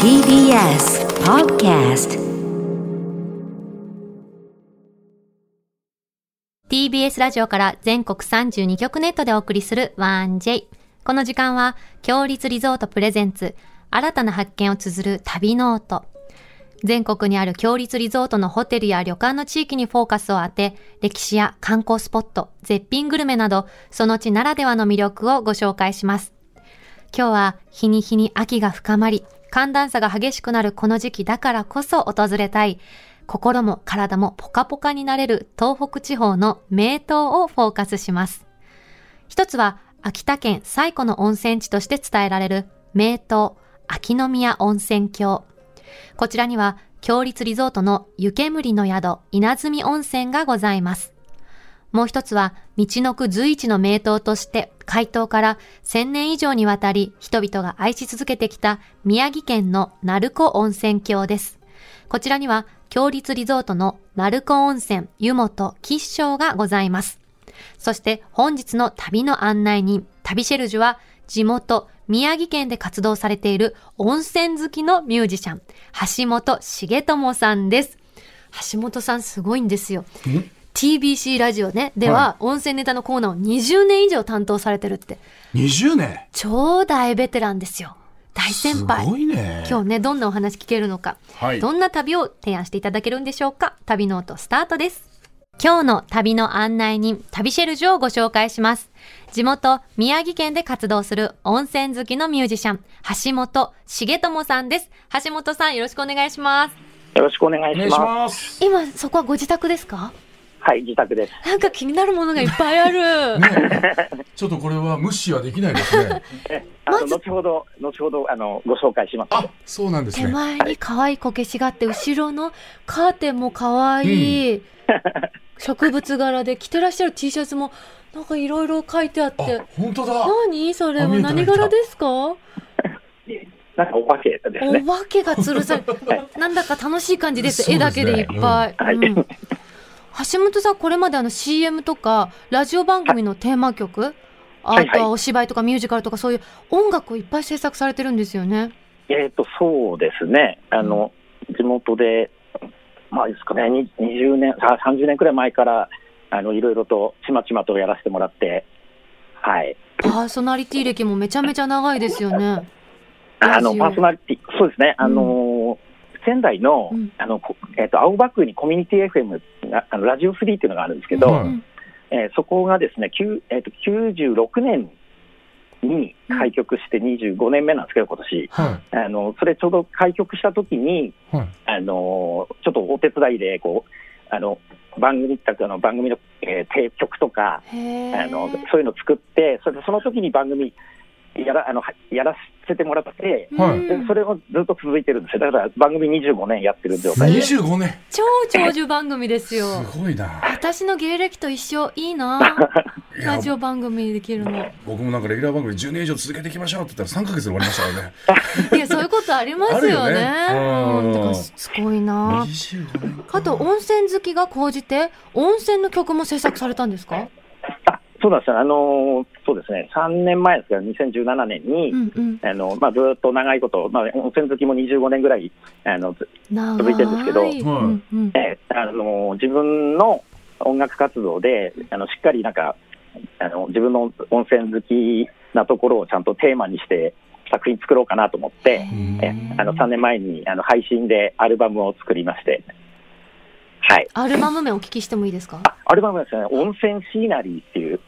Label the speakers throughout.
Speaker 1: TBS Podcast
Speaker 2: TBS ラジオから全国32局ネットでお送りする 1J。この時間は、強立リゾートプレゼンツ、新たな発見を綴る旅ノート。全国にある強立リゾートのホテルや旅館の地域にフォーカスを当て、歴史や観光スポット、絶品グルメなど、その地ならではの魅力をご紹介します。今日は日に日に秋が深まり、寒暖差が激しくなるこの時期だからこそ訪れたい、心も体もポカポカになれる東北地方の名湯をフォーカスします。一つは秋田県最古の温泉地として伝えられる名湯、秋の宮温泉郷。こちらには、強立リゾートの湯煙の宿、稲積温泉がございます。もう一つは、道のく随一の名湯として、開湯から1000年以上にわたり、人々が愛し続けてきた宮城県の鳴子温泉郷です。こちらには、強立リゾートの鳴子温泉、湯本、吉祥がございます。そして本日の旅の案内人、旅シェルジュは、地元、宮城県で活動されている温泉好きのミュージシャン、橋本重友さんです。橋本さんすごいんですよ。TBC ラジオね、では、温泉ネタのコーナーを20年以上担当されてるって、
Speaker 3: 20年
Speaker 2: 超大ベテランですよ。大
Speaker 3: す
Speaker 2: 先輩。
Speaker 3: ごいね
Speaker 2: 今日ね、どんなお話聞けるのか、
Speaker 3: はい
Speaker 2: どんな旅を提案していただけるんでしょうか。旅ノートスタートです。今日の旅の案内人、旅シェルジュをご紹介します。地元、宮城県で活動する温泉好きのミュージシャン、橋本重友さんです。橋本さん、よろしくお願いします。
Speaker 4: よろしくお願い
Speaker 3: お願
Speaker 4: しま
Speaker 3: い
Speaker 4: す。
Speaker 3: します
Speaker 2: 今、そこはご自宅ですか
Speaker 4: はい、自宅です。
Speaker 2: なんか気になるものがいっぱいあ る。
Speaker 3: ちょっとこれは無視はできないですね
Speaker 4: えあの
Speaker 2: まず
Speaker 4: 後ほど、後ほどあのご紹介しますの
Speaker 3: あ
Speaker 4: で。
Speaker 3: そうなんです
Speaker 2: 手
Speaker 3: ね
Speaker 2: 前に可愛いこけしがあって、後ろのカーテンも可愛い、 植物柄で着てらっしゃる T シャツも、なんかいろいろ書いてあっ
Speaker 3: あ
Speaker 2: て、
Speaker 3: 本当だ
Speaker 2: 何それ
Speaker 3: あ
Speaker 2: は
Speaker 3: 見えた
Speaker 2: 何柄ですかお
Speaker 4: なんかお化けですね。
Speaker 2: 化けが吊る され
Speaker 4: は、
Speaker 2: なんだか楽しい感じです。
Speaker 3: そう
Speaker 2: 絵
Speaker 3: で
Speaker 2: だ
Speaker 3: す
Speaker 2: け
Speaker 3: ね
Speaker 2: でいっぱい。
Speaker 4: はい
Speaker 2: うん橋本さん、これまであの CM とか、ラジオ番組のテーマ曲、あ
Speaker 4: はい
Speaker 2: とはお芝居とかミュージカルとかそういう音楽をいっぱい制作されてるんですよね。
Speaker 4: えっ、と、そうですね。あの、地元で、まあ、いいですかね、に20年、あ30年くらい前から、あの、いろいろと、ちまちまとやらせてもらって、はい。
Speaker 2: パーソナリティ歴もめちゃめちゃ長いですよね。ラ
Speaker 4: あの、
Speaker 2: ジオ
Speaker 4: パーソナリティ、そうですね、あのー仙台の、
Speaker 2: うん
Speaker 4: あの、こえっ、と、青葉区にコミュニティ FM が、あの、ラジオ3っていうのがあるんですけど、
Speaker 3: はい
Speaker 2: ん
Speaker 4: えーそこがですね、きゅうえー、と96年に開局して25年目なんですけど、今年
Speaker 3: は
Speaker 4: あのそれちょうど開局した時に、
Speaker 3: いはい
Speaker 4: あのーちょっとお手伝いでこうあの番組あの番組の、えー、提曲とか
Speaker 2: へ
Speaker 4: あ
Speaker 2: ー
Speaker 4: のそういうの作ってそれでその時に番組やらあのはやらせてもらって、
Speaker 3: はい
Speaker 2: うん
Speaker 4: でそれをずっと続いてるんですよだから番組25年やってる状態で
Speaker 3: 25年
Speaker 2: 超長寿番組です
Speaker 3: す
Speaker 2: よ。
Speaker 3: ごいな
Speaker 2: 私の芸歴と一緒いい な。
Speaker 3: いや
Speaker 2: ラジオ番組できるの。
Speaker 3: 僕もなんかレギュラー番組10年以上続けていきましょうって言ったら3ヶ月で終わりましたからね
Speaker 2: いやそういうことありますよね。
Speaker 3: あるよ
Speaker 2: う
Speaker 3: ね
Speaker 2: ん。
Speaker 3: うん
Speaker 2: だからすごいな。
Speaker 3: 25年
Speaker 2: あと温泉好きが高じて温泉の曲も制作されたんですか？
Speaker 4: あそうなんですよあのーそうですね3年前ですから2017年に、
Speaker 2: うんうん。
Speaker 4: あのまあ、ずっと長いこと、まあ、温泉好きも25年ぐらいあの、ず
Speaker 2: 長い。
Speaker 4: 続いてるんですけど
Speaker 2: うんうん。
Speaker 4: えーあの自分の音楽活動であのしっかりなんかあの自分の温泉好きなところをちゃんとテーマにして作品作ろうかなと思っ
Speaker 2: へ
Speaker 4: て、え
Speaker 2: ー
Speaker 4: あの3年前にあの配信でアルバムを作りまして、はい、
Speaker 2: アルバム名お聞きしてもいいですか？
Speaker 4: あアルバムはですね「温泉シーナリー」っていう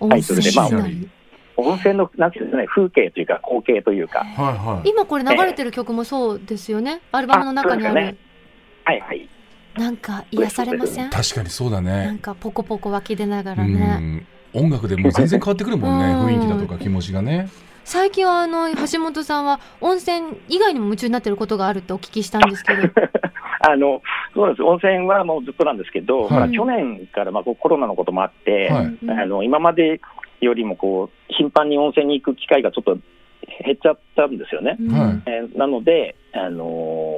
Speaker 2: 温
Speaker 4: タイトル
Speaker 2: 泉
Speaker 4: で
Speaker 2: シ
Speaker 4: まあ
Speaker 2: ーナリー
Speaker 4: 温泉のなんていうんですかね風景というか光景というか、
Speaker 3: はいはい
Speaker 2: 今これ流れてる曲もそうですよね。アルバムの中にあ
Speaker 4: あそうです
Speaker 2: る
Speaker 4: ね。はいはい、
Speaker 2: なんか癒されません。
Speaker 3: 確かにそうだ
Speaker 2: な
Speaker 3: ね
Speaker 2: んかポコポコ湧き出なが
Speaker 3: う
Speaker 2: らね。
Speaker 3: ん音楽でも全然変わってくるもんね
Speaker 2: うん
Speaker 3: 雰囲気だとか気持ちがね
Speaker 2: 最近はあの橋本さんは温泉以外にも夢中になってることがあるってお聞きしたんですけ ど。
Speaker 4: あのそうなんです温泉はもうずっとなんですけど、
Speaker 3: はい
Speaker 4: まあ、去年からまあこうコロナのこともあって、
Speaker 3: はい
Speaker 2: うん
Speaker 4: あの今までよりもこう頻繁に温泉に行く機会がちょっと減っちゃったんですよね。
Speaker 2: うん
Speaker 3: はい
Speaker 4: えーなので、あの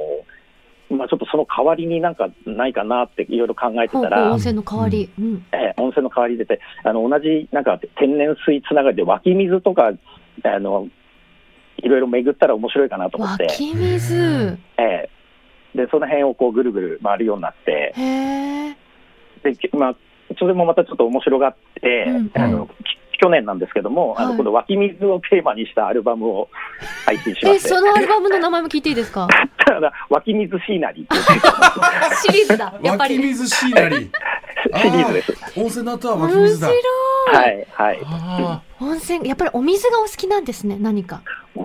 Speaker 4: ーまあ、ちょっとその代わりになんかないかなっていろいろ考えて
Speaker 2: ほう
Speaker 4: た
Speaker 2: ほう温
Speaker 4: ら、
Speaker 2: 泉の代わり。うん。
Speaker 4: えー温泉の代わりでてあの同じなんか天然水つながりで湧き水とかあのいろいろ巡ったら面白いかなと思って、
Speaker 2: 湧き水。
Speaker 4: ええでその辺をこうぐるぐる回るようになって
Speaker 2: へえ。
Speaker 4: で、きまあ、それもまたちょっと面白がって、
Speaker 2: うん
Speaker 4: あのき去年なんですけども、あ
Speaker 2: は
Speaker 4: の
Speaker 2: い
Speaker 4: この湧き水をテーマにしたアルバムを配信しま
Speaker 2: え、
Speaker 4: して
Speaker 2: そのアルバムの名前も聞いていいです か
Speaker 4: ただ湧き水シーナリーっていう
Speaker 2: シリーズだ。やっ
Speaker 3: 湧
Speaker 2: ぱ
Speaker 3: き
Speaker 2: り。
Speaker 3: 水シーナリー。
Speaker 4: シリーズです。
Speaker 3: あー。温泉の後は湧
Speaker 2: 面
Speaker 3: き水だ。
Speaker 2: 白い。
Speaker 4: はいはい
Speaker 3: あ
Speaker 2: 温泉、やっぱりお水がお好きなんですね、何か。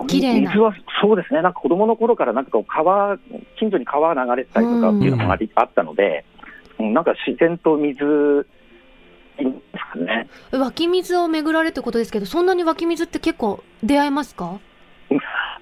Speaker 2: 綺麗な
Speaker 4: 水はそうですね、なんか子供の頃からなんかこう川、近所に川流れてたりとかっていうのもあり、あったので、うんなんか自然と水、いいんですかね、
Speaker 2: 湧き水を巡られるってことですけど、そんなに湧き水って結構出会えますか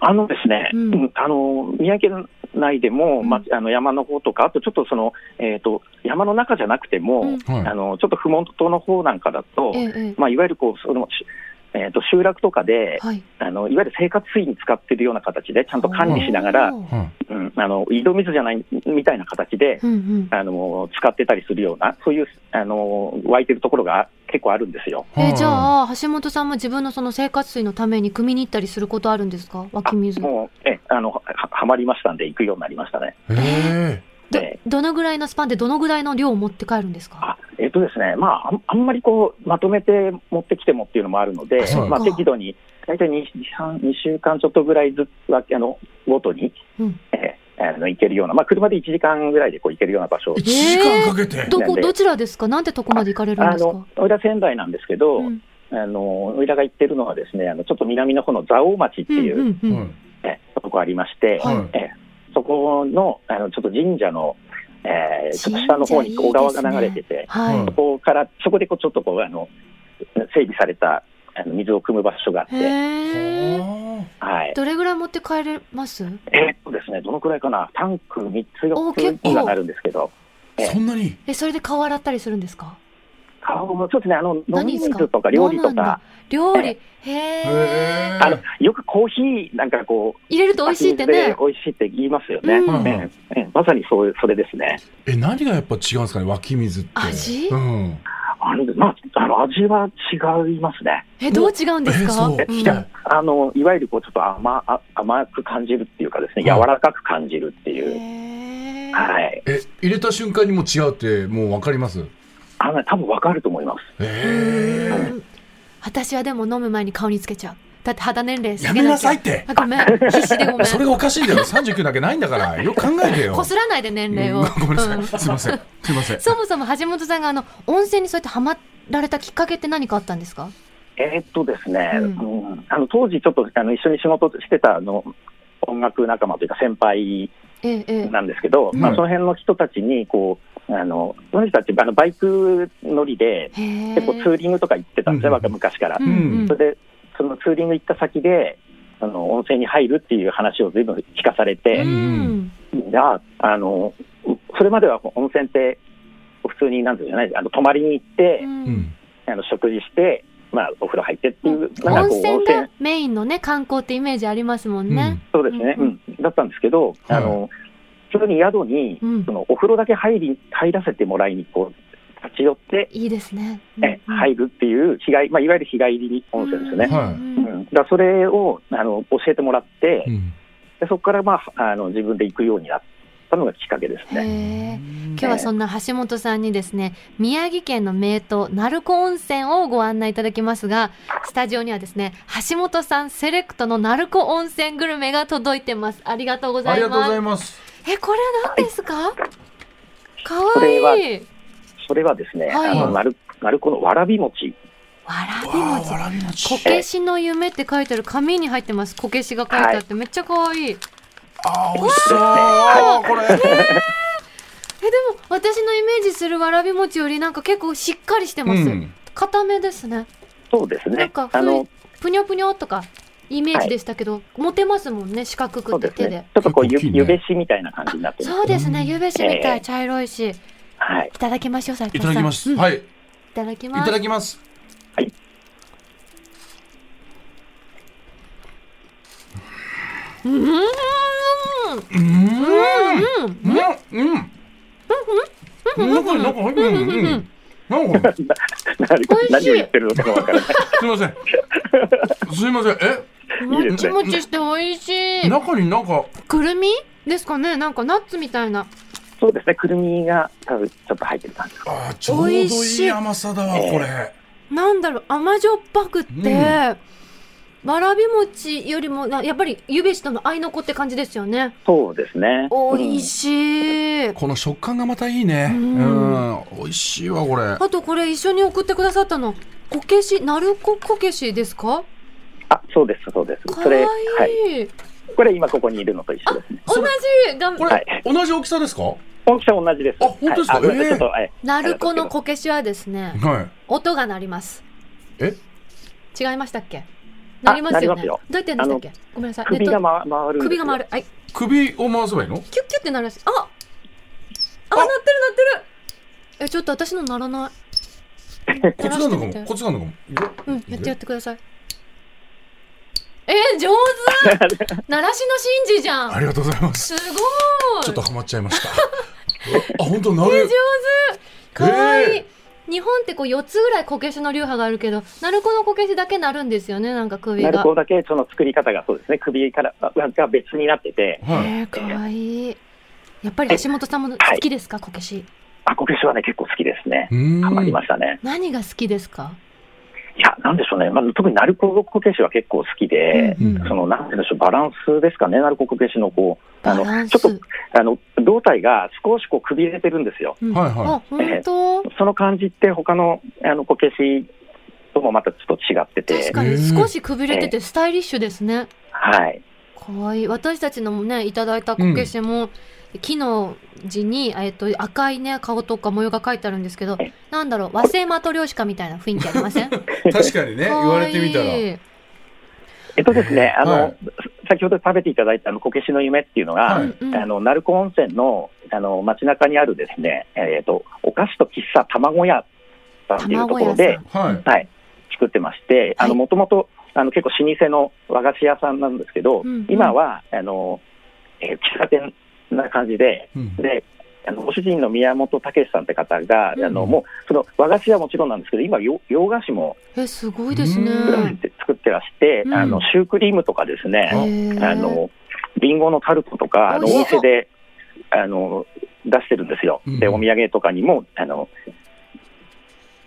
Speaker 4: あのですね、
Speaker 2: うん
Speaker 4: うんあの宮城県内でも、
Speaker 2: うん
Speaker 4: まあの山の方とか、あとちょっとその、えー、と山の中じゃなくても、
Speaker 2: うん
Speaker 3: ーは
Speaker 4: あ
Speaker 3: い。
Speaker 4: のちょっと麓の方なんかだと
Speaker 2: え、え、え
Speaker 4: まあ、いわゆるこうその、しえー、と集落とかで
Speaker 2: え。はい。
Speaker 4: あの、いわゆる生活水に使ってるような形で、ちゃんと管理しながら、
Speaker 2: おー
Speaker 3: はい
Speaker 4: うん、あの井戸水じゃないみたいな形で、
Speaker 2: うんうん。
Speaker 4: あの使ってたりするような、そういうあの湧いてるところが結構あるんですよ。
Speaker 2: え
Speaker 3: はい
Speaker 2: じゃあ、橋本さんも自分のその生活水のために汲みに行ったりすることあるんですか湧
Speaker 4: あ
Speaker 2: き水。
Speaker 4: もうえあのははまりましたんで、行くようになりましたね。
Speaker 3: へ
Speaker 2: ど
Speaker 4: え、
Speaker 2: どのぐらいのスパンでどのぐらいの量を持って帰るんですか
Speaker 4: あえっとですね、まあ、あんあんまりこうまとめて持ってきてもっていうのもあるので
Speaker 3: あそう、
Speaker 4: ま
Speaker 2: か
Speaker 4: あ、適度に、大体 2, 3 2週間ちょっとぐらいずつはあのごとに、
Speaker 2: うん
Speaker 4: えあの行けるような、まあ、車で1時間ぐらいでこう行けるような場所
Speaker 3: え。1時間かけて。
Speaker 2: ど
Speaker 4: なん
Speaker 2: こ、
Speaker 4: で
Speaker 2: どちらですかなんてとこまで行かれるん
Speaker 4: あ
Speaker 2: ですか
Speaker 4: のおいら仙台なんですけど、
Speaker 2: うん
Speaker 4: あの、おいらが行ってるのはですね、あの、ちょっと南の方の蔵王町って
Speaker 2: うん
Speaker 4: いう、
Speaker 2: うんう
Speaker 3: は
Speaker 2: ん
Speaker 3: い。
Speaker 4: えとこありまして、
Speaker 3: はい
Speaker 4: えそこの、あの、ちょっと神社の、えーちょっと下の方に
Speaker 2: 神社いいで
Speaker 4: 小
Speaker 2: すね
Speaker 4: 川が流れてて、
Speaker 2: はい。
Speaker 3: うん
Speaker 4: そこから、そこでこう、ちょっとこう、あの、整備された、あの、水を汲む場所があって、
Speaker 2: へえ。
Speaker 3: は
Speaker 4: はい。
Speaker 2: どれぐらい持って帰れます
Speaker 4: えっとですね、どのくらいかな、タンク3つ、
Speaker 2: お結
Speaker 4: 4つ
Speaker 2: 構
Speaker 4: にはなるんですけど、
Speaker 3: あそんなに。
Speaker 2: え、それで顔洗ったりするんですか
Speaker 4: 顔も、そうですね、あの、飲
Speaker 2: 何
Speaker 4: み
Speaker 2: ですか
Speaker 4: 水とか料理
Speaker 2: 飲
Speaker 4: と
Speaker 2: むんだ
Speaker 4: か、
Speaker 2: 料理。へ
Speaker 3: へ
Speaker 2: え。
Speaker 3: ー
Speaker 4: あの、よくコーヒーなんかこう、
Speaker 2: 入れると美味しいって
Speaker 4: 湧き水
Speaker 2: ね
Speaker 4: で。美味しいって言いますよね。
Speaker 2: うん
Speaker 3: うん
Speaker 4: ええええまさにそうそれですね。
Speaker 3: え、何がやっぱ違うんですかね、湧き水って。
Speaker 2: 味
Speaker 3: うん。
Speaker 4: あの、まあ、あの味は違いますね。
Speaker 2: え、どう違うんです
Speaker 3: え
Speaker 2: か
Speaker 3: そ
Speaker 2: う
Speaker 3: う
Speaker 2: ん
Speaker 4: いやあのいわゆるこうちょっと甘あ甘く感じるっていうかですね、
Speaker 3: はい
Speaker 4: 柔らかく感じるっていう。
Speaker 2: へー
Speaker 4: はい。
Speaker 3: え、入れた瞬間にもう違うって、もうわかります。
Speaker 4: あの多分わかると思います。
Speaker 3: ええ。
Speaker 2: うん私はでも飲む前に顔につけちゃう。だって肌年齢下
Speaker 3: や
Speaker 2: げ
Speaker 3: め
Speaker 2: なきゃ
Speaker 3: なさいって。
Speaker 2: あごめん。 必死でごめん。
Speaker 3: それがおかしいんだよ。三十九だけないんだから、よく考えてよ。
Speaker 2: こすらないで年齢を。
Speaker 3: うんごめんなさ
Speaker 2: う
Speaker 3: い。
Speaker 2: ん
Speaker 3: すいません。すいません。
Speaker 2: そもそも橋本さんがあの温泉にそうやってハマられたきっかけって何かあったんですか
Speaker 4: えーっとですね、
Speaker 2: う
Speaker 4: うんんあの当時ちょっとあの一緒に仕事してたあの音楽仲間というか先輩
Speaker 2: ええ、ええ。
Speaker 4: なんですけど、
Speaker 3: うん
Speaker 4: まあ、その辺の人たちにこうあのその人たちあのバイク乗りで
Speaker 2: へえ。
Speaker 4: 結構ツーリングとか行ってたんですね、
Speaker 3: うん
Speaker 4: 若昔から
Speaker 2: う。んうん
Speaker 4: それで、そのツーリング行った先で、あの温泉に入るっていう話を随分聞かされ
Speaker 2: う
Speaker 4: て、
Speaker 2: ん。
Speaker 4: じゃあ、あの、それまでは温泉って、普通になんていうのじゃない、あの泊まりに行って
Speaker 2: う、
Speaker 3: うんん。
Speaker 4: あの食事して、まあ、お風呂入ってっていう、な
Speaker 2: 温
Speaker 4: んかこう、温
Speaker 2: 泉が
Speaker 4: 泉、
Speaker 2: メインのね観光ってイメージありますもんね。
Speaker 4: そうですね、
Speaker 2: う
Speaker 4: うんん、だったんですけど、あの、普通に宿に、
Speaker 2: うん
Speaker 4: そのお風呂だけ入り、入らせてもらいに、こう、立ち寄って、
Speaker 2: いいですね。
Speaker 4: え入るっていう、日帰り、まあ、いわゆる日帰り温泉ですよね。
Speaker 3: はい
Speaker 4: うん、だからそれをあの教えてもらって、
Speaker 3: うん。
Speaker 4: でそこから、まあ、あの自分で行くようになったのがきっかけです
Speaker 2: へ
Speaker 4: ね。
Speaker 2: え。今日はそんな橋本さんにですね、宮城県の名湯、鳴子温泉をご案内いただきますが、スタジオにはですね、橋本さんセレクトの鳴子温泉グルメが届いてます。ありがとうござ
Speaker 3: あり
Speaker 2: い
Speaker 3: がとう
Speaker 2: ま
Speaker 3: ご
Speaker 2: す
Speaker 3: ざ。います。
Speaker 2: え、これは何ですかか
Speaker 4: こ
Speaker 2: わい
Speaker 4: れ
Speaker 2: い。
Speaker 4: は
Speaker 2: わ
Speaker 4: それはですね、
Speaker 2: はい
Speaker 4: あのなるなるこのわらび餅、
Speaker 2: らび
Speaker 3: わあ、
Speaker 2: 餅
Speaker 3: わ。らび餅。
Speaker 2: こけしの夢って書いてある紙に入ってます。こけしが書いてあって、めっちゃかわいい。
Speaker 3: ああ、美味しそう。これ。
Speaker 2: えでも私のイメージするわらび餅よりなんか結構しっかりしてます、
Speaker 3: うん
Speaker 2: 固めですね
Speaker 4: そうです
Speaker 2: なん
Speaker 4: ね
Speaker 2: か、ふ
Speaker 4: あの
Speaker 2: いぷにょぷにょとかイメージでしたけど、持てますもんね四角く
Speaker 4: そう
Speaker 2: って
Speaker 4: です
Speaker 2: 手で
Speaker 4: ね、ちょっとこうゆ
Speaker 3: 結構大きいね
Speaker 4: ゆべしみたいな感じになってます。
Speaker 2: そうですね
Speaker 3: うん
Speaker 2: ゆべしみたい、
Speaker 4: ええ
Speaker 2: 茶色いしい
Speaker 4: はい、
Speaker 2: ただきましょう斉
Speaker 3: い
Speaker 2: 藤
Speaker 3: た
Speaker 2: さん
Speaker 3: だきます。
Speaker 2: うんい
Speaker 3: はい。い
Speaker 2: ただきます
Speaker 3: ただきます。
Speaker 2: うーんうん
Speaker 3: うーん。
Speaker 2: うん
Speaker 3: うん。うん。なんか、なんか、うん、うん。なんかこれ。
Speaker 4: なる
Speaker 2: 美味しい
Speaker 4: 何を言ってるのかわからない。
Speaker 3: すいません。すいません。え、
Speaker 4: いい
Speaker 2: も
Speaker 4: で
Speaker 2: ち
Speaker 4: すね
Speaker 2: もちして美味しい。
Speaker 3: 中になんか
Speaker 2: くるみですかねなんかナッツみたいな。
Speaker 4: そうですね、くるみが多分ちょっと入ってる感じですか。
Speaker 3: あーちょうどい
Speaker 2: 美味しい
Speaker 3: い甘さだわこれ
Speaker 2: なんだろう、甘じょっぱくって、
Speaker 3: うん
Speaker 2: わらび餅よりもな、やっぱりゆべしとの合いの子って感じですよね。
Speaker 4: そうですね。
Speaker 2: 美味
Speaker 4: い。
Speaker 2: しい。
Speaker 3: この食感がまたいいね
Speaker 2: う
Speaker 3: うんん美味しいわこれ
Speaker 2: あとこれ一緒に送ってくださったの、こけし、なるここけしですか
Speaker 4: あ、そうです、そうです。
Speaker 2: か
Speaker 4: そ
Speaker 2: わい
Speaker 4: れ、
Speaker 2: い。
Speaker 4: はい。これ今ここにいるのと一緒ですね。
Speaker 2: 同
Speaker 3: それ
Speaker 2: じがん
Speaker 3: こ
Speaker 4: は
Speaker 3: れ
Speaker 4: い
Speaker 3: 同じ大きさですかは
Speaker 4: 大きさ同じです。
Speaker 3: あ本当ですか
Speaker 4: はいあごめんな
Speaker 3: ええ
Speaker 4: さいちょっと、はい
Speaker 2: なるこのこけしはですね、
Speaker 3: い
Speaker 2: 音が鳴ります。
Speaker 3: え
Speaker 2: 違いましたっけ鳴りますよ
Speaker 4: 鳴りま
Speaker 2: ね。
Speaker 4: すよ
Speaker 2: どうやってやるんでしたっけごめんなさい。
Speaker 4: 首が
Speaker 2: ネッ
Speaker 4: ま回るんです
Speaker 2: ト
Speaker 4: よ。
Speaker 2: 首が回る。はい。
Speaker 3: 首を回せばいいの
Speaker 2: キュッキュッって鳴るらしい。ああ
Speaker 3: あ
Speaker 2: 鳴ってる鳴ってるえ、ちょっと私の鳴ら ない。鳴ら
Speaker 3: コツな
Speaker 2: して
Speaker 3: のか
Speaker 2: み
Speaker 3: も
Speaker 2: て。
Speaker 3: コツなのかも
Speaker 2: うん、やってやっ
Speaker 3: って
Speaker 2: ください。えー、上 手鳴らしの真珠じゃ
Speaker 3: あ
Speaker 2: ん
Speaker 3: りがとうございます
Speaker 2: すごい
Speaker 3: ちょっとハマっちゃいました あ本当な
Speaker 2: えー、上
Speaker 3: る
Speaker 2: 手かわいい、
Speaker 3: え
Speaker 2: 日本ってこう4つぐらいこけしの流派があるけど、鳴子のこけしだけ鳴るんですよね、なんか首
Speaker 4: なる
Speaker 2: が。
Speaker 4: ほどだけその作り方がそうですね。首からが別になってて、
Speaker 3: はい
Speaker 2: えー、かわいい。やっぱり橋本さんも好きですか、こけし。
Speaker 4: あ、こけしはね結構好きですね。
Speaker 3: うん
Speaker 4: ハマりましたね。
Speaker 2: 何が好きですか
Speaker 4: いや、なんでしょうね。まあ特に鳴子こけしは結構好きで、
Speaker 3: うん
Speaker 4: そのなんて言うんでしょうバランスですかね。鳴子こけしのこうあ
Speaker 2: バラン
Speaker 4: の
Speaker 2: ス
Speaker 4: ちょっとあの胴体が少しこうくびれてるんですよ。
Speaker 2: うん
Speaker 3: はいはい
Speaker 2: あ、本当
Speaker 4: その感じって他のあのこけしともまたちょっと違っ
Speaker 2: 確
Speaker 4: てて、
Speaker 2: かに
Speaker 3: うん
Speaker 2: 少しくびれててスタイリッシュですね。
Speaker 4: はい。
Speaker 2: かわいい。私たちのもね、いただいたこけしも、木の字に、えっと、赤いね、顔とか模様が書いてあるんですけど
Speaker 4: え、
Speaker 2: なんだろう、和製マトリョーシカみたいな雰囲気ありま せんか
Speaker 3: 確かにね言わ
Speaker 2: わ
Speaker 3: れ
Speaker 2: いい
Speaker 3: てみたら
Speaker 4: えっとですね、あの、
Speaker 3: はい
Speaker 4: 先ほど食べていただいたあのこけしの夢っていうのが、
Speaker 3: はい
Speaker 2: うん
Speaker 4: あの鳴子温泉のあの街中にあるですね、えっとお菓子と喫茶卵屋さんっていうと
Speaker 2: 卵
Speaker 4: ころ
Speaker 2: 屋さ
Speaker 4: で
Speaker 2: ん。
Speaker 3: はい
Speaker 4: はい、作ってまして、あの
Speaker 2: はい
Speaker 4: もともとあの結構老舗の和菓子屋さんなんですけど、
Speaker 2: うんうん
Speaker 4: 今はあの、えー喫茶店な感じで、
Speaker 3: うん
Speaker 4: であのご主人の宮本武さんって方が、
Speaker 2: うん
Speaker 4: あのもうその和菓子はもちろんなんですけど、今洋洋菓子も
Speaker 2: え、すごいですね。
Speaker 3: うん
Speaker 4: 作って作ってらして、
Speaker 2: うん
Speaker 4: あのシュークリームとかですね、
Speaker 2: へー
Speaker 4: あの、リンゴのタルトとか、あの
Speaker 2: 美
Speaker 4: お
Speaker 2: 味しそう
Speaker 4: 店で、あの、出してるんですよ。で、
Speaker 3: うん
Speaker 4: お土産とかにも、あの、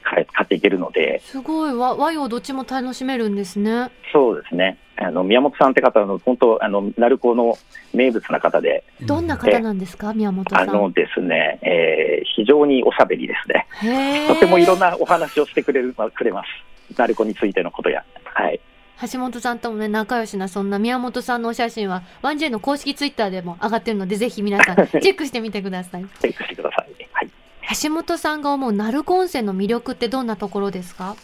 Speaker 4: 買え買っていけるので、
Speaker 2: すごい和和洋どっちも楽しめるんですね。
Speaker 4: そうですね。あの、宮本さんって方の、本当、あの、鳴子の名物な方で、
Speaker 2: どんな方なんですか、宮本さ
Speaker 4: あ
Speaker 2: ん。
Speaker 4: のですね、えー非常におしゃべりですね。
Speaker 2: へー
Speaker 4: とてもいろんなお話をしてくれる、まくれます。鳴子についてのことや。はい。
Speaker 2: 橋本さんともね、仲良しな、そんな宮本さんのお写真は、1J の公式ツイッターでも上がってるので、ぜひ皆 さん、チェックしてみてください。
Speaker 4: チェックしてください。はい。
Speaker 2: 橋本さんが思う鳴子温泉の魅力ってどんなところですか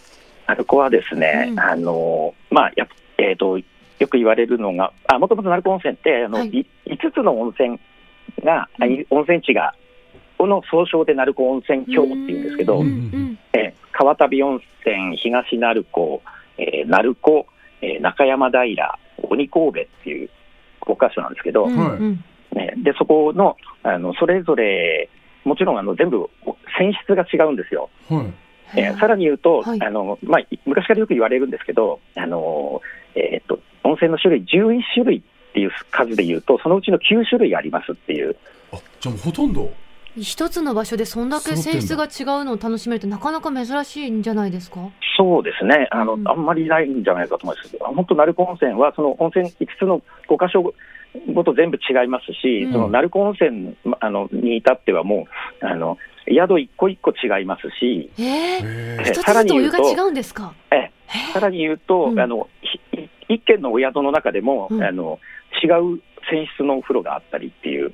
Speaker 4: アルコはですね、
Speaker 2: うん
Speaker 4: あのまあやっえっ、とよく言われるのが、あもともと鳴子温泉ってあの、、
Speaker 2: はいい
Speaker 4: 5つの温泉が、あい温泉地がこの総称で鳴子温泉郷っていうんですけど、
Speaker 2: う
Speaker 3: うんん
Speaker 2: うん
Speaker 4: えー川旅温泉東鳴子、えー、鳴子、えー中山平鬼神戸っていう5箇所なんですけど、
Speaker 2: うん
Speaker 3: はい
Speaker 2: うん
Speaker 4: ね、でそこのあのそれぞれもちろんあの全部泉質が違うんですよ。
Speaker 3: はい
Speaker 4: えーさらに言うと、
Speaker 2: はい
Speaker 4: あのまあ、い昔からよく言われるんですけど、あのえーっと温泉の種類11種類っていう数で言うとそのうちの9種類ありますっていう
Speaker 3: あじゃあもうほとんど
Speaker 2: 一つの場所でそんだけ性質が違うのを楽しめるってなかなか珍しいんじゃないですか
Speaker 4: そうですねあの、
Speaker 2: うん
Speaker 4: あんまりないんじゃないかと思いますあ本当鳴子温泉はその温泉5つの5箇所ごと全部違いますし、
Speaker 2: うん
Speaker 4: その鳴子温泉まあのに至ってはもうあの宿一個一個違いますし
Speaker 2: えー、
Speaker 3: へ
Speaker 4: え
Speaker 3: ー
Speaker 2: 一つずつお湯が違うんですか
Speaker 4: え
Speaker 2: え
Speaker 4: さらに言うと、
Speaker 2: うん
Speaker 4: あのひ一軒のお宿の中でも、
Speaker 2: うん
Speaker 4: あの違う泉質のお風呂があったりっていう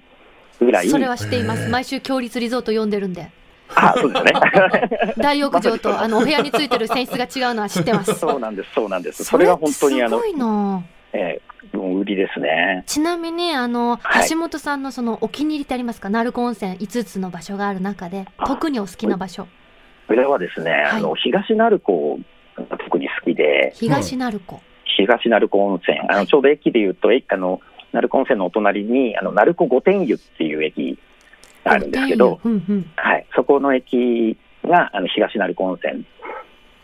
Speaker 4: ぐらい、
Speaker 2: それは知っていま
Speaker 3: え
Speaker 2: す。
Speaker 3: ー
Speaker 2: 毎週、強立リゾート読んでるんで。
Speaker 4: あそうですね、
Speaker 2: 大浴場と、あの、お部屋についてる性質が違うのは知ってます。
Speaker 4: そうなんです、そうなんです、それが本当にあ
Speaker 2: そ
Speaker 4: の
Speaker 2: れってすごいな
Speaker 4: えーもう売りですね。
Speaker 2: ちなみに、あの、
Speaker 4: はい
Speaker 2: 橋本さんのそのお気に入りってありますか鳴子温泉5つの場所がある中で、
Speaker 4: あ
Speaker 2: 特にお好きな場所。
Speaker 4: これはですね、
Speaker 2: い
Speaker 4: あの東鳴子が特に好きで、
Speaker 2: 東鳴子。
Speaker 4: 東鳴子温泉、あのちょうど駅で言うと、えあの鳴子温泉のお隣にあの鳴子御殿湯っていう駅があるんですけど、
Speaker 2: うんうん
Speaker 4: はい、そこの駅があの東鳴子温泉って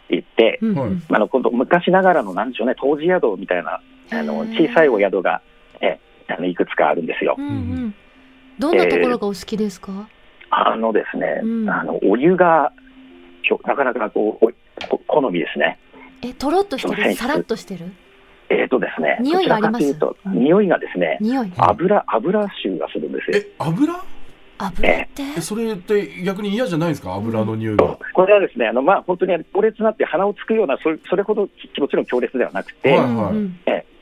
Speaker 4: 言って、
Speaker 2: うんう
Speaker 3: はい
Speaker 2: ん。
Speaker 4: あの今度昔ながらのなんでしょうね、湯治宿みたいなあの
Speaker 2: へー
Speaker 4: 小さいお宿が、えあのいくつかあるんですよ。
Speaker 2: うんうん。どんなところがお好きですか、
Speaker 4: あのですね、
Speaker 2: うん
Speaker 4: あのお湯がきょなかなかこうおこ好みですね。
Speaker 2: え、とろっとして
Speaker 4: は
Speaker 2: る
Speaker 4: い
Speaker 2: さらっとしてる
Speaker 4: えっ、とですね、
Speaker 2: 匂いがあります
Speaker 4: どちらかというと匂いがですね、
Speaker 2: 匂い。
Speaker 4: 油油臭がするんですよ。
Speaker 3: え、油
Speaker 2: 油って
Speaker 3: え、それって逆に嫌じゃないですか油の匂いが。
Speaker 4: これはですね、あのまあ本当に強烈なって鼻をつくようなそれそれほどきもちろん強烈ではなくて、
Speaker 3: は
Speaker 2: う
Speaker 3: い
Speaker 2: んうん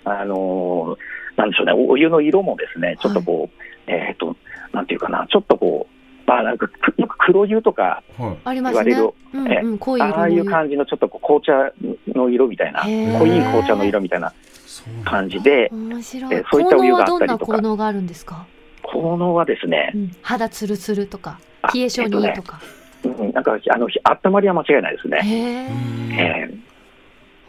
Speaker 4: あのーなんでしょうね、おお湯の色もですね、ちょっとこう、えっ、となんていうかな、ちょっとこうまあなんかくよく黒湯とか
Speaker 3: はい。
Speaker 2: ありますね。
Speaker 4: 言わ
Speaker 2: う
Speaker 4: れる
Speaker 2: んうん、濃い色の
Speaker 4: ああいう感じのちょっとこう紅茶の色みたいな、
Speaker 2: へ
Speaker 3: ー
Speaker 4: 濃い紅茶の色みたいな
Speaker 3: そうなんだ
Speaker 4: 感じで、
Speaker 2: 面白い
Speaker 4: え。そういったお湯があった
Speaker 2: 効能はどん
Speaker 4: り
Speaker 2: な
Speaker 4: とか
Speaker 2: 効能があるんですか、
Speaker 4: 効能はですね
Speaker 2: う、ん、肌ツルツルとか、
Speaker 4: あ
Speaker 2: 冷え性にいいとか。
Speaker 4: うんなんかあのひ温まりは間違いないですね。
Speaker 2: へ
Speaker 3: うん
Speaker 2: え。
Speaker 4: え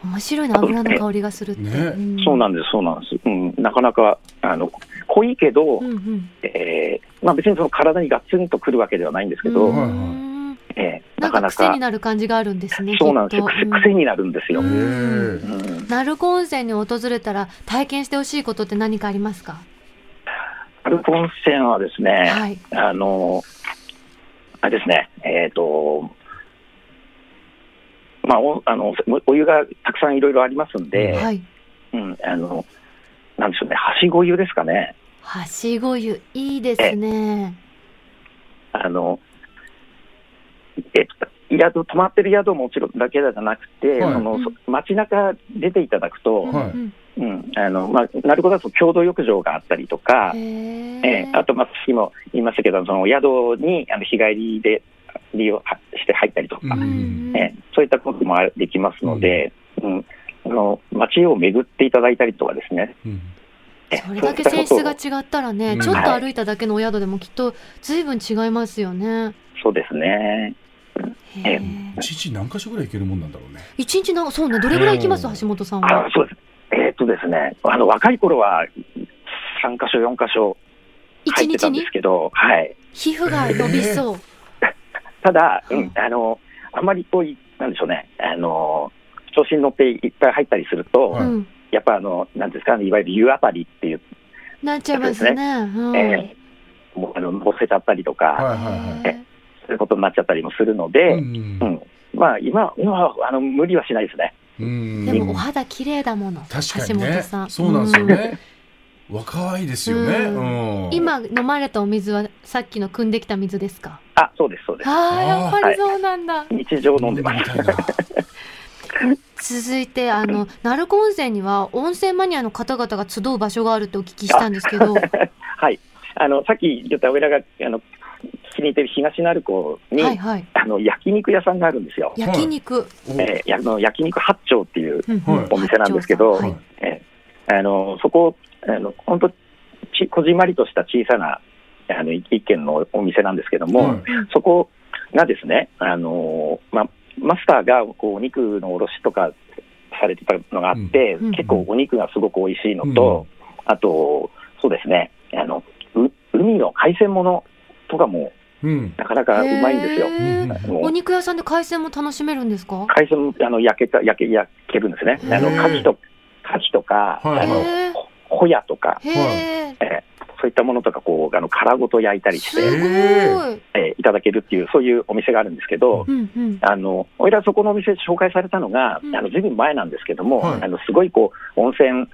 Speaker 2: 面白いな、油の香りがするって。
Speaker 3: ね
Speaker 4: ーそうなんです、そうなんです。うん、なかなかあの濃いけど、
Speaker 2: うんうん
Speaker 4: えーまあ別にその体にガツンとくるわけではないんですけど、
Speaker 2: うん
Speaker 3: はい
Speaker 4: えー
Speaker 2: な
Speaker 4: なんか
Speaker 2: か
Speaker 4: な
Speaker 2: 癖
Speaker 4: か
Speaker 2: になる感じがあるんですね。
Speaker 4: そうなんですよ。
Speaker 2: きっと
Speaker 4: 癖癖になるんですよ。
Speaker 2: う
Speaker 4: うんん
Speaker 3: ええ
Speaker 2: 鳴子温泉に訪れたら体験してほしいことって何かありますか、
Speaker 4: アルコ温泉はですね、
Speaker 2: はい。
Speaker 4: あの、あれですね、えっ、と、まあ、おあのおお湯がたくさんいろいろありますんで、
Speaker 2: はい。
Speaker 4: うん、あの、なんでしょうね、はしご湯ですかね。
Speaker 2: はしご湯、いいですね。
Speaker 4: あの、えっと、宿、泊まってる宿ももちろんだけじゃなくて、
Speaker 3: はい
Speaker 4: そのそ街中出ていただくと、
Speaker 3: はい
Speaker 2: うん
Speaker 4: うん、あの、まあ、なるほど、共同浴場があったりとか、
Speaker 2: へ
Speaker 4: ええ
Speaker 2: え
Speaker 4: あと、まあ、さっきも言いましたけど、その宿にあの日帰りで利用はして入ったりとか、
Speaker 3: うん
Speaker 4: ええそういったこともあできますので、うんあの街を巡っていただいたりとかですね、
Speaker 3: うん
Speaker 4: ええ
Speaker 2: それだけ性質が違ったらね、
Speaker 3: うん
Speaker 2: ちょっと歩いただけのお宿でもきっと随分違いますよね。
Speaker 4: そうですね、
Speaker 2: へえ
Speaker 3: 一日何箇所ぐらい行けるもんなんだろうね。
Speaker 2: 一日な、そうね、どれぐらい行きます
Speaker 3: うん
Speaker 2: 橋本さん
Speaker 4: あ
Speaker 2: は。
Speaker 4: そうですえーっとですねあの若い頃は3箇所、4箇所入
Speaker 2: 一
Speaker 4: ってた
Speaker 2: 日
Speaker 4: んで
Speaker 2: に
Speaker 4: すけど、はい、
Speaker 2: 皮膚が伸びそう。
Speaker 4: ただ、う
Speaker 2: うん
Speaker 4: ん、あのあまりこうい、なんでしょうね、あの調子に乗っていっぱい入ったりすると、
Speaker 3: はええ
Speaker 2: うん。
Speaker 4: やっぱあの、なんですか、いわゆる湯あたりっていう、
Speaker 2: なっちゃいます
Speaker 4: そうです
Speaker 2: ね。うん
Speaker 4: えーもうあの乗せちゃったりとか、
Speaker 3: はいはいはい。
Speaker 2: へえ
Speaker 4: そういうことになっちゃったりもするので。
Speaker 3: うん
Speaker 4: うんまあ今、今はあの無理はしないですね。
Speaker 3: うん
Speaker 2: でもお肌綺麗だもの。
Speaker 3: 確かに
Speaker 2: 橋
Speaker 3: ね
Speaker 2: 本さ。ん。
Speaker 3: そうなんですよ
Speaker 2: うん
Speaker 3: ね。若いですよね。
Speaker 2: う
Speaker 3: うん。
Speaker 2: 今飲まれたお水はさっきの汲んできた水ですか
Speaker 4: あ、そうです、そうです。
Speaker 2: ああ、
Speaker 3: あー
Speaker 2: やっぱりそうなんだ。
Speaker 4: 日常飲んでます。
Speaker 3: みたいな。
Speaker 2: 続いて、あの、鳴子温泉には温泉マニアの方々が集う場所があるってお聞きしたんですけど、は
Speaker 4: はい。あの、さっき言った俺らが、あの、気に入ってる東鳴子に、
Speaker 2: いはい。
Speaker 4: あの、焼肉屋さんがあるんですよ。
Speaker 2: 焼肉。
Speaker 3: お
Speaker 4: えー、やあの焼肉八丁っていう、
Speaker 2: うん
Speaker 3: はい
Speaker 4: お店なんですけど
Speaker 2: 八丁さんはい
Speaker 4: えーあの、そこ、あの、本当ち、こじんまりとした小さな、あの、一軒のお店なんですけども、
Speaker 3: はい
Speaker 4: そこがですね、あのまマスターがこうお肉の卸しとかされてたのがあって、
Speaker 2: うんうん
Speaker 4: 結構お肉がすごく美味しいのと、あと、そうですね、あのう海の海鮮ものとかも
Speaker 3: うん。
Speaker 4: なかなかうまいんですよ。
Speaker 2: へ
Speaker 3: うん
Speaker 2: ー
Speaker 4: あ
Speaker 2: お
Speaker 4: の
Speaker 2: 肉屋さんで海鮮も楽しめるんですか
Speaker 4: 海鮮あの焼けた焼け焼けるんですね。あの
Speaker 3: へー
Speaker 4: 牡蠣と牡蠣とか、
Speaker 3: はい
Speaker 4: あの
Speaker 2: へー
Speaker 4: ほホヤとか、
Speaker 2: へえ、
Speaker 4: そういったものとかこうあの殻ごと焼いたりし
Speaker 2: す
Speaker 4: て、
Speaker 2: ごい。
Speaker 4: えーいただけるっていうそういうお店があるんですけど、
Speaker 2: うんうん。
Speaker 4: あの、おいらそこのお店紹介されたのが、
Speaker 2: うん
Speaker 4: あの、ずいぶん前なんですけども、
Speaker 3: はい
Speaker 4: あの、すごいこう、温泉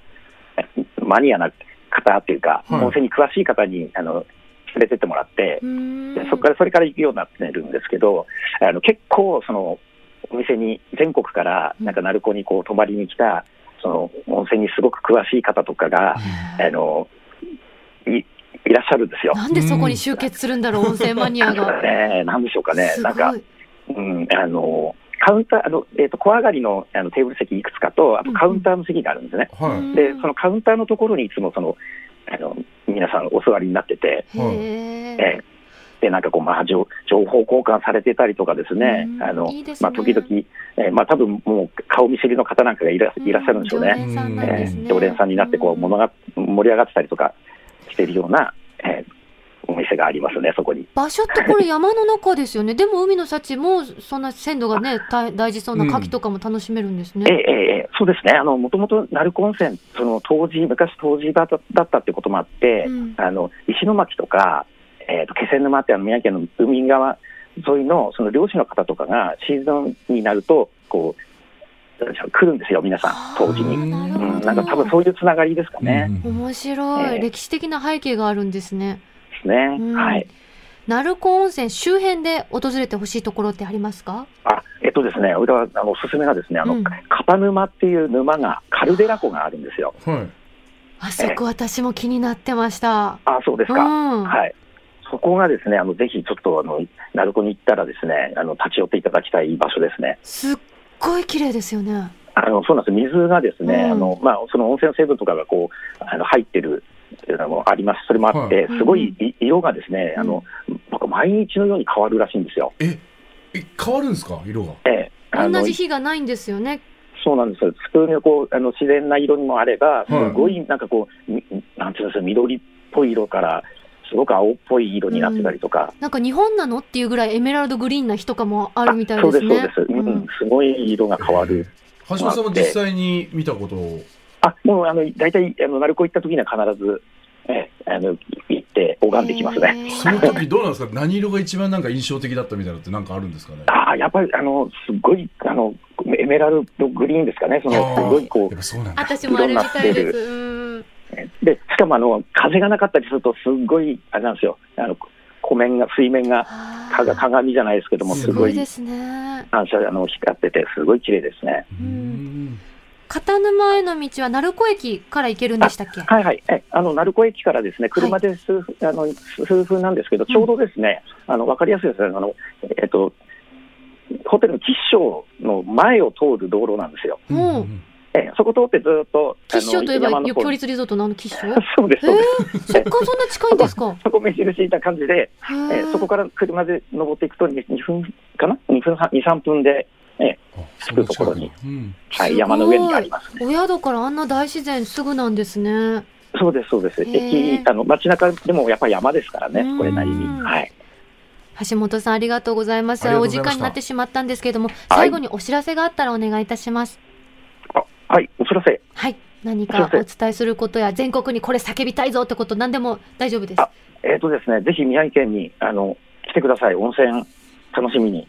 Speaker 4: マニアな方っていうか、
Speaker 3: はい
Speaker 4: 温泉に詳しい方に、あの、連れてってもらって、
Speaker 2: うー
Speaker 4: で
Speaker 2: ん
Speaker 4: そこから、それから行くようになってるんですけど、あの、結構、その、お店に、全国から、なんか、鳴子にこう、泊まりに来た、その、温泉にすごく詳しい方とかが、あの、い、いらっしゃるんですよ。
Speaker 2: なんでそこに集結するんだろう、温泉マニアが。
Speaker 4: ねえ、なんでしょうかね。
Speaker 2: すご
Speaker 4: なんか、
Speaker 2: い。
Speaker 4: うん、あの、カウンター、あの、えっ、と、小上がりのあのテーブル席いくつかと、あとカウンターの席があるんですね。
Speaker 3: は
Speaker 2: うん
Speaker 3: い。
Speaker 4: で、そのカウンターのところにいつもその、あの、皆さんお座りになってて、
Speaker 2: へえ。
Speaker 4: えーで、なんかこう、まあ、情情報交換されてたりとかですね
Speaker 2: う、ん
Speaker 4: あの、
Speaker 2: いいですね
Speaker 4: まあ、時々、えーまあ、多分もう顔見知りの方なんかがいらいらっしゃるんでしょうね。
Speaker 2: 常連さんなんで
Speaker 4: えー
Speaker 2: すね
Speaker 4: 常連さんになって、こう、物が盛り上がってたりとかしてるような、えーお店がありますね、そこに。
Speaker 5: 場所ってこれ山の中ですよね。でも海の幸もそんな鮮度がね、大大事そうな牡蠣とかも楽しめるんです
Speaker 4: ええ
Speaker 5: ね。
Speaker 4: ええええそうですね、あのもともと鳴子温泉、その当時、昔、湯治場だだったってこともあって、
Speaker 5: うん
Speaker 4: あの石巻とか、えー、と気仙沼ってあの宮城県の海側沿いのその漁師の方とかがシーズンになると、こうなんでしょう来るんですよ、皆さん、当時に。
Speaker 5: あなる
Speaker 4: う
Speaker 5: ほど
Speaker 4: ん、なんか多分そういうつながりですかね。
Speaker 3: うん
Speaker 5: 面白い、
Speaker 4: ええ
Speaker 5: 歴史的な背景があるんですね。
Speaker 4: ですね、
Speaker 5: うん
Speaker 4: はい。
Speaker 5: 鳴子温泉周辺で訪れてほしいところってありますか？
Speaker 4: あえっとですね、俺はあのおすすめがですね、あの、
Speaker 5: うん
Speaker 4: 片沼っていう沼が、カルデラ湖があるんですよ。
Speaker 3: はい。
Speaker 5: あそこ私も気になってました。
Speaker 4: あ、そうです
Speaker 5: う
Speaker 4: か。
Speaker 5: ん。
Speaker 4: はい。そこがですね、あの、ぜひちょっと、あの、鳴子に行ったらですね、あの、立ち寄っていただきたい場所ですね。
Speaker 5: すっごい綺麗ですよね。
Speaker 4: あの、そうなんです。水がですね、
Speaker 5: うん
Speaker 4: あの、まあ、その温泉成分とかがこう、あの、入ってる。っていうのもあります。それもあって、
Speaker 5: はい
Speaker 4: すごいい色がですね、あの、なんか毎日のように変わるらしいんですよ。
Speaker 3: え、え変わるんですか色が。
Speaker 4: ええ。あの
Speaker 5: 同じ日がないんですよね。
Speaker 4: そうなんですよ。普通にこう、あの、自然な色にもあれば、す
Speaker 3: はい
Speaker 4: ごい、なんかこう、みなんていうんですか、緑っぽい色から、すごく青っぽい色になってたりとか、
Speaker 5: なんか日本なのっていうぐらいエメラルドグリーンな日とかもあるみたい
Speaker 4: そう
Speaker 5: で
Speaker 4: ですす、
Speaker 5: ね。
Speaker 4: そうです。うん、
Speaker 5: うん
Speaker 4: すごい色が変わる。
Speaker 3: 橋本さんも実際に見たことを。
Speaker 4: あもうあの大体あの鳴子行った時には必ず、ええあの行って拝んできますね。
Speaker 5: へえ
Speaker 3: その時どうなんですか何色が一番なんか印象的だったみたいなのってなんかあるんですかね
Speaker 4: ああやっぱりあのすごいあのエメラルドグリーンですかね。そ
Speaker 3: あ
Speaker 4: のす
Speaker 3: ー
Speaker 4: ごいこ
Speaker 3: やっぱそうなんだ。
Speaker 5: 私もあれみたい です。うん
Speaker 4: うでしかもあの風がなかったりするとすごいあれなんですよ。あの湖面が水面が
Speaker 5: あー
Speaker 4: かが鏡じゃないですけども
Speaker 3: す
Speaker 4: す
Speaker 5: す
Speaker 4: ご
Speaker 5: ご
Speaker 4: い
Speaker 5: いですね。
Speaker 4: 反射あの光っててすごい綺麗ですね。
Speaker 3: うーん
Speaker 5: 片沼への道は鳴子駅から行けるんでしたっけ？
Speaker 4: はいはい、えあの鳴子駅からですね車で数,、あの数分なんですけど、ちょうどですね、あの分かりやすいですね、あのえっと、ホテルの吉祥の前を通る道路なんですよ、
Speaker 3: うん
Speaker 5: もう
Speaker 3: うん
Speaker 4: えそこ通ってずっと、あの
Speaker 5: 吉祥といえば
Speaker 4: 山の方
Speaker 5: 強立リゾートのあの吉祥
Speaker 4: そうです、そうです、
Speaker 5: そっからそんな近いん ですか
Speaker 4: そこ目印いた感じで、
Speaker 5: へ
Speaker 4: え
Speaker 5: ー
Speaker 4: そこから車で登っていくと2、2分かな、2分半、2、3分で、
Speaker 3: あ
Speaker 4: 着くところに
Speaker 3: そんな近くうん
Speaker 4: は
Speaker 5: すご
Speaker 4: い、
Speaker 5: い
Speaker 4: 山の上にあります。
Speaker 5: お宿からあんな大自然すぐなんですね。
Speaker 4: そうです、そうです、
Speaker 5: へー
Speaker 4: 駅あの街中でもやっぱり山ですからね、これなりに。
Speaker 5: うん
Speaker 4: はい
Speaker 5: 橋本さんありがとうございます。
Speaker 3: ありが
Speaker 5: お
Speaker 3: とうござ
Speaker 5: 時
Speaker 3: いま
Speaker 5: 間
Speaker 3: した
Speaker 5: になってしまったんですけれども、最後にお知らせがあったらお願いいたします。
Speaker 4: あはい、お知らせ、
Speaker 5: はい。何かお伝えすることや、全国にこれ叫びたいぞってこと、何でも大丈夫です。
Speaker 4: あえーとですね、ぜひ宮城県にあの来てください、温泉楽しみに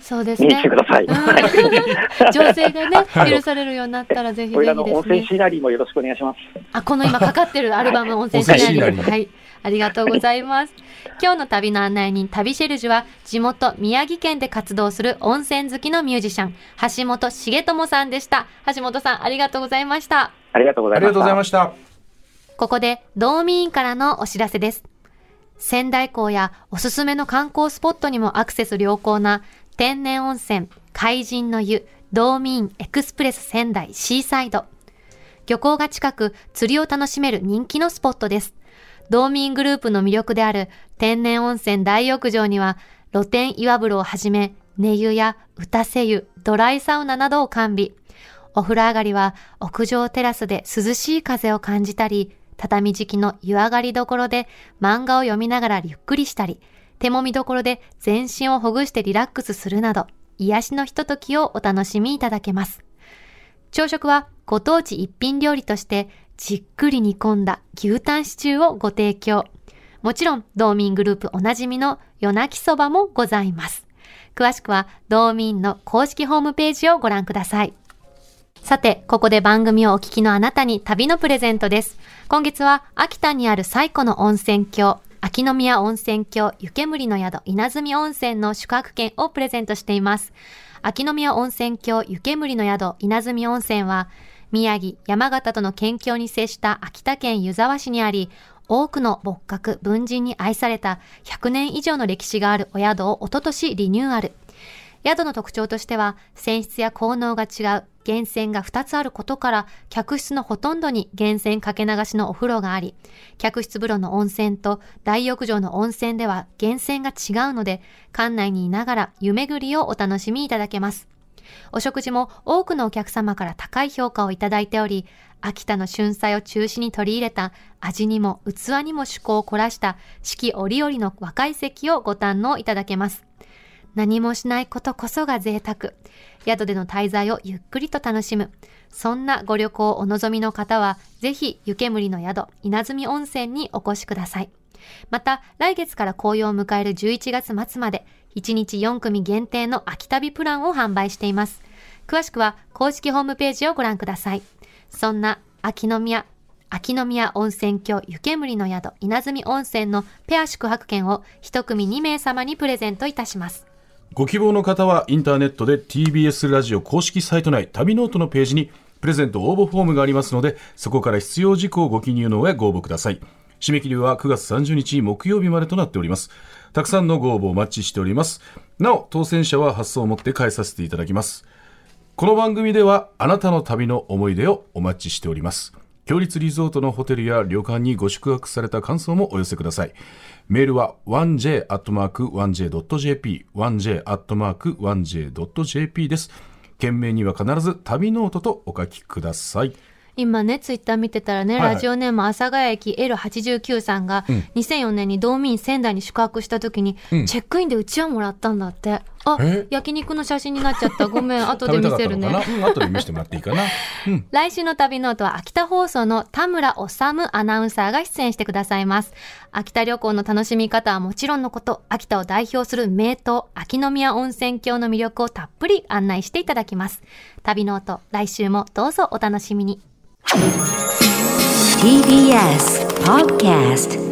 Speaker 5: そうです
Speaker 4: 見に来
Speaker 5: ね
Speaker 4: てく。ださ い。
Speaker 5: うん情勢がね、
Speaker 3: はい
Speaker 5: 許されるようになったら、ぜひ
Speaker 4: こ
Speaker 5: ぜ
Speaker 4: れら
Speaker 5: ひ
Speaker 4: の
Speaker 5: で
Speaker 4: 温
Speaker 5: す
Speaker 4: 泉
Speaker 5: ね。
Speaker 4: シナリーもよろしくお願いします。
Speaker 5: あ、この今かかってるアルバム、温泉シナリ
Speaker 3: 温
Speaker 5: ー。
Speaker 3: 泉シナリー
Speaker 5: はい。ありがとうございます。今日の旅の案内人、旅シェルジュは、地元宮城県で活動する温泉好きのミュージシャン、橋本重友さんでした。橋本さん、ありがとうございました。
Speaker 4: ありがとうござ
Speaker 3: あ
Speaker 4: い
Speaker 3: りが
Speaker 4: まし
Speaker 3: とうござい
Speaker 4: た
Speaker 3: ま。した。
Speaker 2: ここで、道民院からのお知らせです。仙台港やおすすめの観光スポットにもアクセス良好な天然温泉、海人の湯、道民院エクスプレス仙台シーサイド。漁港が近く、釣りを楽しめる人気のスポットです。道民グループの魅力である天然温泉大浴場には、露天岩風呂をはじめ、寝湯や歌せ湯、ドライサウナなどを完備。お風呂上がりは屋上テラスで涼しい風を感じたり、畳敷きの湯上がりどころで漫画を読みながらゆっくりしたり、手もみどころで全身をほぐしてリラックスするなど、癒しのひとときをお楽しみいただけます。朝食はご当地一品料理としてじっくり煮込んだ牛タンシチューをご提供。もちろん、道民グループおなじみの夜泣きそばもございます。詳しくは、道民の公式ホームページをご覧ください。さて、ここで番組をお聞きのあなたに旅のプレゼントです。今月は秋田にある最古の温泉郷、秋の宮温泉郷、湯煙の宿、稲積温泉の宿泊券をプレゼントしています。秋の宮温泉郷、湯煙の宿、稲積温泉は、宮城、山形との県境に接した秋田県湯沢市にあり、多くの牧閣、文人に愛された100年以上の歴史があるお宿をおととしリニューアル。宿の特徴としては、泉質や効能が違う、源泉が2つあることから、客室のほとんどに源泉かけ流しのお風呂があり、客室風呂の温泉と大浴場の温泉では源泉が違うので、館内にいながら湯巡りをお楽しみいただけます。お食事も多くのお客様から高い評価をいただいており、秋田の春菜を中心に取り入れた味にも器にも趣向を凝らした四季折々の若い席をご堪能いただけます。何もしないことこそが贅沢。宿での滞在をゆっくりと楽しむ。そんなご旅行をお望みの方は、ぜひ湯煙の宿、稲積温泉にお越しください。また、来月から紅葉を迎える11月末まで、1日4組限定の秋旅プランを販売しています。詳しくは公式ホームページをご覧ください。そんな秋の宮、秋の宮温泉郷湯煙の宿稲積温泉のペア宿泊券を一組2名様にプレゼントいたします。
Speaker 3: ご希望の方はインターネットで TBS ラジオ公式サイト内旅ノートのページにプレゼント応募フォームがありますのでそこから必要事項をご記入の上ご応募ください締め切りは9月30日木曜日までとなっておりますたくさんのご応募お待ちしておりますなお当選者は発送をもって返させていただきますこの番組ではあなたの旅の思い出をお待ちしております強立リゾートのホテルや旅館にご宿泊された感想もお寄せくださいメールは 1j.1j.jp 1j.1j.jp です件名には必ず旅ノートとお書きください
Speaker 2: 今ね、ツイッター見てたらね、
Speaker 3: はいはい
Speaker 2: ラジオネーム阿佐ヶ谷駅 L89 さんが、2004年に道民仙台に宿泊した時に、
Speaker 3: うん
Speaker 2: チェックインでうちわもらったんだって。あ
Speaker 3: え、
Speaker 2: 焼肉の写真になっちゃった。ごめん、後で
Speaker 3: 食べ
Speaker 2: 見
Speaker 3: たかっ
Speaker 2: せ
Speaker 3: た
Speaker 2: る
Speaker 3: の
Speaker 2: ね
Speaker 3: か。な、うん、後で見せてもらっていいかなうん
Speaker 2: 来週の旅ノートは秋田放送の田村修アナウンサーが出演してくださいます。秋田旅行の楽しみ方はもちろんのこと、秋田を代表する名湯、秋の宮温泉郷の魅力をたっぷり案内していただきます。旅ノート、来週もどうぞお楽しみに。
Speaker 1: TBS Podcast